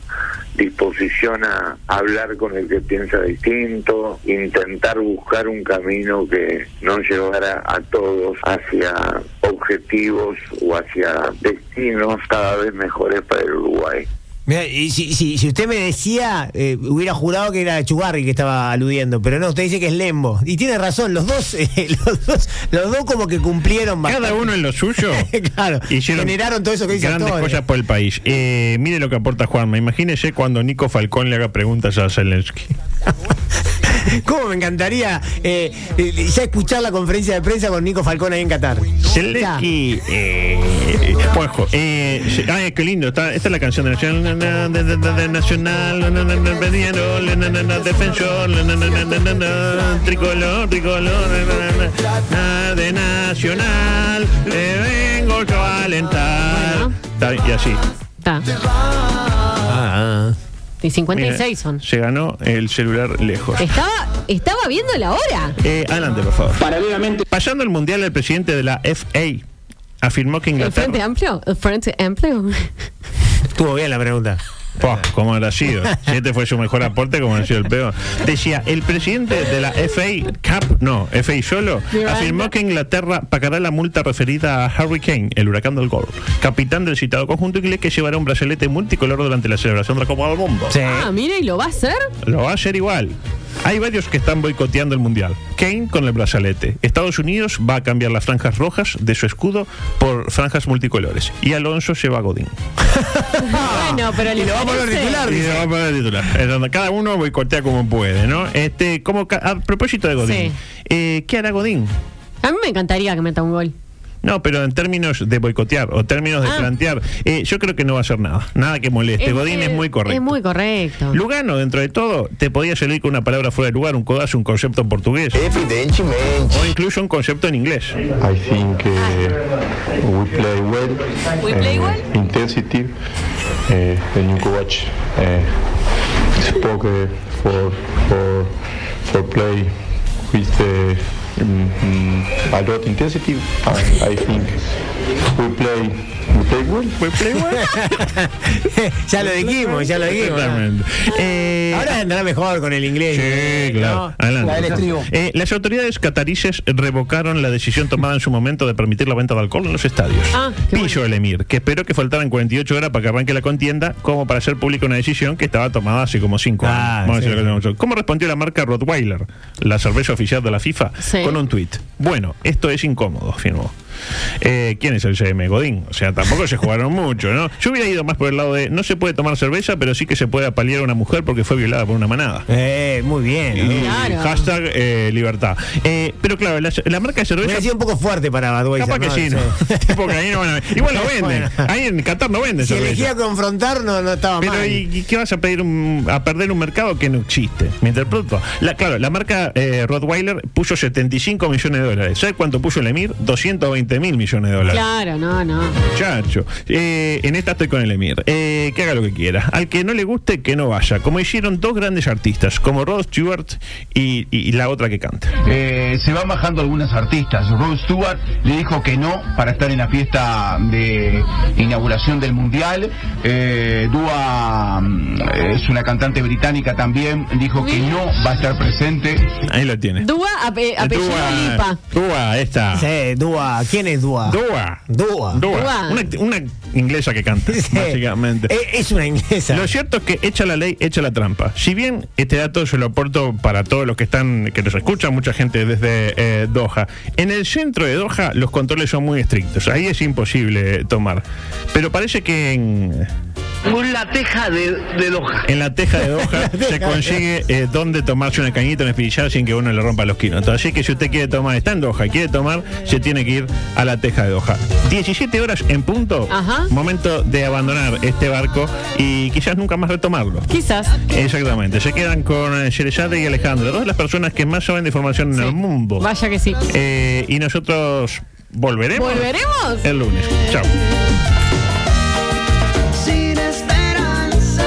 [SPEAKER 15] disposición a hablar con el que piensa distinto, intentar buscar un camino que no llevara a todos hacia objetivos o hacia destinos cada vez mejores para el Uruguay.
[SPEAKER 11] Mirá, y si, si- si usted me decía, eh, hubiera jurado que era Chugarri que estaba aludiendo, pero no, usted dice que es Lembo. Y tiene razón, los dos, eh, los dos, los dos como que cumplieron
[SPEAKER 9] Cada uno en lo suyo.
[SPEAKER 11] claro,
[SPEAKER 9] hicieron
[SPEAKER 11] generaron todo eso que dice
[SPEAKER 9] grandes
[SPEAKER 11] Antonio.
[SPEAKER 9] cosas por el país. Eh, mire lo que aporta Juanma. Imagínese cuando Nico Falcón le haga preguntas a Zelensky.
[SPEAKER 11] ¿Cómo me encantaría eh, eh, ya escuchar la conferencia de prensa con Nico Falcón ahí en Qatar?
[SPEAKER 9] Zelensky, eh, Juanjo, eh, se- ay, qué lindo. Está, esta es la canción de Nacional, na, na, de- de- de- de Nacional, na, na, na, na, Peñarol, na, na, na, na, Defensor, na, na, na, na, na, na, na, Tricolor, Tricolor, na, na, na, na, de Nacional, le vengo yo a alentar. Está bien, Y así.
[SPEAKER 10] Está.
[SPEAKER 11] Ah,
[SPEAKER 10] Y 56 son.
[SPEAKER 9] Se ganó el celular lejos.
[SPEAKER 10] Estaba, estaba viendo la hora.
[SPEAKER 9] Eh, adelante, por favor. Paralelamente. Pasando al mundial, el presidente de la FA afirmó que
[SPEAKER 10] El Frente
[SPEAKER 9] Inglaterra.
[SPEAKER 10] Amplio. El Frente Amplio.
[SPEAKER 9] Estuvo bien la pregunta. ¿Cómo habrá sido? Si este fue su mejor aporte, como ha sido el peor. Decía, el presidente de la FA Cup, no, FA solo,
[SPEAKER 16] Miranda.
[SPEAKER 9] afirmó que Inglaterra pagará la multa referida a Harry Kane, el huracán del gol, capitán del citado conjunto inglés que llevará un brazalete multicolor durante la celebración de la Copa del Mundo.
[SPEAKER 10] Ah, mira, ¿y lo va a hacer?
[SPEAKER 9] Lo va a hacer igual. Hay varios que están boicoteando el mundial. Kane con el brazalete. Estados Unidos va a cambiar las franjas rojas de su escudo por franjas multicolores. Y Alonso lleva a Godín.
[SPEAKER 10] bueno, pero le parece-
[SPEAKER 9] Y lo va a poner titular. Es donde Cada uno boicotea como puede, ¿no? Este, como ca- a propósito de Godín,
[SPEAKER 10] Sí.
[SPEAKER 9] eh, ¿qué hará Godín?
[SPEAKER 10] A mí me encantaría que meta un gol.
[SPEAKER 9] No, pero en términos de boicotear o términos de
[SPEAKER 10] Ah.
[SPEAKER 9] plantear, eh, yo creo que no va a hacer nada. Nada que moleste.
[SPEAKER 10] Es-
[SPEAKER 9] Godín es muy correcto.
[SPEAKER 10] Es muy correcto.
[SPEAKER 9] Lugano, dentro de todo, te podía salir con una palabra fuera de lugar, un codazo, un concepto en portugués. Evidentemente. O incluso un concepto en inglés.
[SPEAKER 16] I think uh, we play well.
[SPEAKER 10] We play
[SPEAKER 16] uh,
[SPEAKER 10] well?
[SPEAKER 16] Intensity. Uh, the new coach uh, spoke uh, for for for play with uh, mm, mm, a lot intensity. And Ah, I think we play we play well.
[SPEAKER 9] We play well.
[SPEAKER 11] ya lo dijimos, ya lo dijimos.
[SPEAKER 9] Exactamente.
[SPEAKER 11] Ahora andará mejor con el inglés.
[SPEAKER 9] Sí, claro. Adelante. Eh, las autoridades catarices revocaron la decisión tomada en su momento de permitir la venta de alcohol en los estadios.
[SPEAKER 10] Ah, qué
[SPEAKER 9] Pillo el emir, que esperó que faltaran 48 horas para que arranque la contienda, como para hacer pública una decisión que estaba tomada hace como 5
[SPEAKER 11] Ah,
[SPEAKER 9] años. Vamos a decir
[SPEAKER 11] sí.
[SPEAKER 9] lo que tenemos. ¿Cómo respondió la marca Rottweiler, la cerveza oficial de la FIFA,
[SPEAKER 10] Sí.
[SPEAKER 9] con un tuit? Bueno, esto es incómodo, afirmó. Eh, ¿Quién es el CM? Godín. O sea, tampoco se jugaron mucho, ¿no? Yo hubiera ido más por el lado de no se puede tomar cerveza, pero sí que se puede apalear a una mujer porque fue violada por una manada.
[SPEAKER 11] Eh, muy bien.
[SPEAKER 9] Y Hashtag eh, libertad. Eh, pero claro, la, la marca de cerveza.
[SPEAKER 11] Hubiera sido un poco fuerte para Budweiser.
[SPEAKER 9] Capaz
[SPEAKER 11] ¿no?
[SPEAKER 9] que sí, ¿no? Porque ahí no van a- Igual lo venden.
[SPEAKER 11] Bueno.
[SPEAKER 9] Ahí en Qatar no venden
[SPEAKER 11] Si
[SPEAKER 9] cerveza.
[SPEAKER 11] elegía confrontar, no, no estaba
[SPEAKER 9] Pero
[SPEAKER 11] mal.
[SPEAKER 9] ¿y, y qué vas a pedir un- a perder un mercado que no existe? Me interpreto. La, claro, la marca eh, Rottweiler puso 75 millones de dólares. ¿Sabes cuánto puso el Emir? 220 mil millones de dólares.
[SPEAKER 10] Claro, no, no.
[SPEAKER 9] Muchacho, eh, en esta estoy con el Emir. Eh, que haga lo que quiera. Al que no le guste, que no vaya. Como hicieron dos grandes artistas, como Rod Stewart y, y- y la otra que canta.
[SPEAKER 17] Eh, se van bajando algunas artistas. Rod Stewart le dijo que no para estar en la fiesta de inauguración del Mundial. Eh, Dua mm, es una cantante británica también, dijo que no va a estar presente.
[SPEAKER 9] Ahí lo tiene.
[SPEAKER 10] Dúa,
[SPEAKER 9] Eh,
[SPEAKER 10] ape- eh, apellido Lipa.
[SPEAKER 9] Dua, esta.
[SPEAKER 11] Sí, Dua. ¿Quién es Dua?
[SPEAKER 9] Dua.
[SPEAKER 11] Dua.
[SPEAKER 9] Dua. Una, una inglesa que canta, básicamente.
[SPEAKER 11] Es una inglesa.
[SPEAKER 9] Lo cierto es que echa la ley, echa la trampa. Si bien este dato yo lo aporto para todos los que están, que nos escuchan, mucha gente desde eh, Doha. En el centro de Doha los controles son muy estrictos. Ahí es imposible tomar. Pero parece que en,
[SPEAKER 18] Con la teja de, de Doha.
[SPEAKER 9] en la teja de Doha se consigue eh, donde tomarse una cañita, una espirillada sin que uno le rompa los kilos. Entonces, así que si usted quiere tomar, está en Doha, quiere tomar, se tiene que ir a la teja de Doha. 17 horas en punto,
[SPEAKER 10] Ajá.
[SPEAKER 9] momento de abandonar este barco y quizás nunca más retomarlo.
[SPEAKER 10] Quizás.
[SPEAKER 9] Exactamente, se quedan con eh, Sherezade y Alejandro, dos de las personas que más saben de formación en el mundo.
[SPEAKER 10] Vaya que sí.
[SPEAKER 9] Eh, y nosotros volveremos.
[SPEAKER 10] ¿Volveremos?
[SPEAKER 9] El lunes. Chao.
[SPEAKER 5] Sin esperanzas,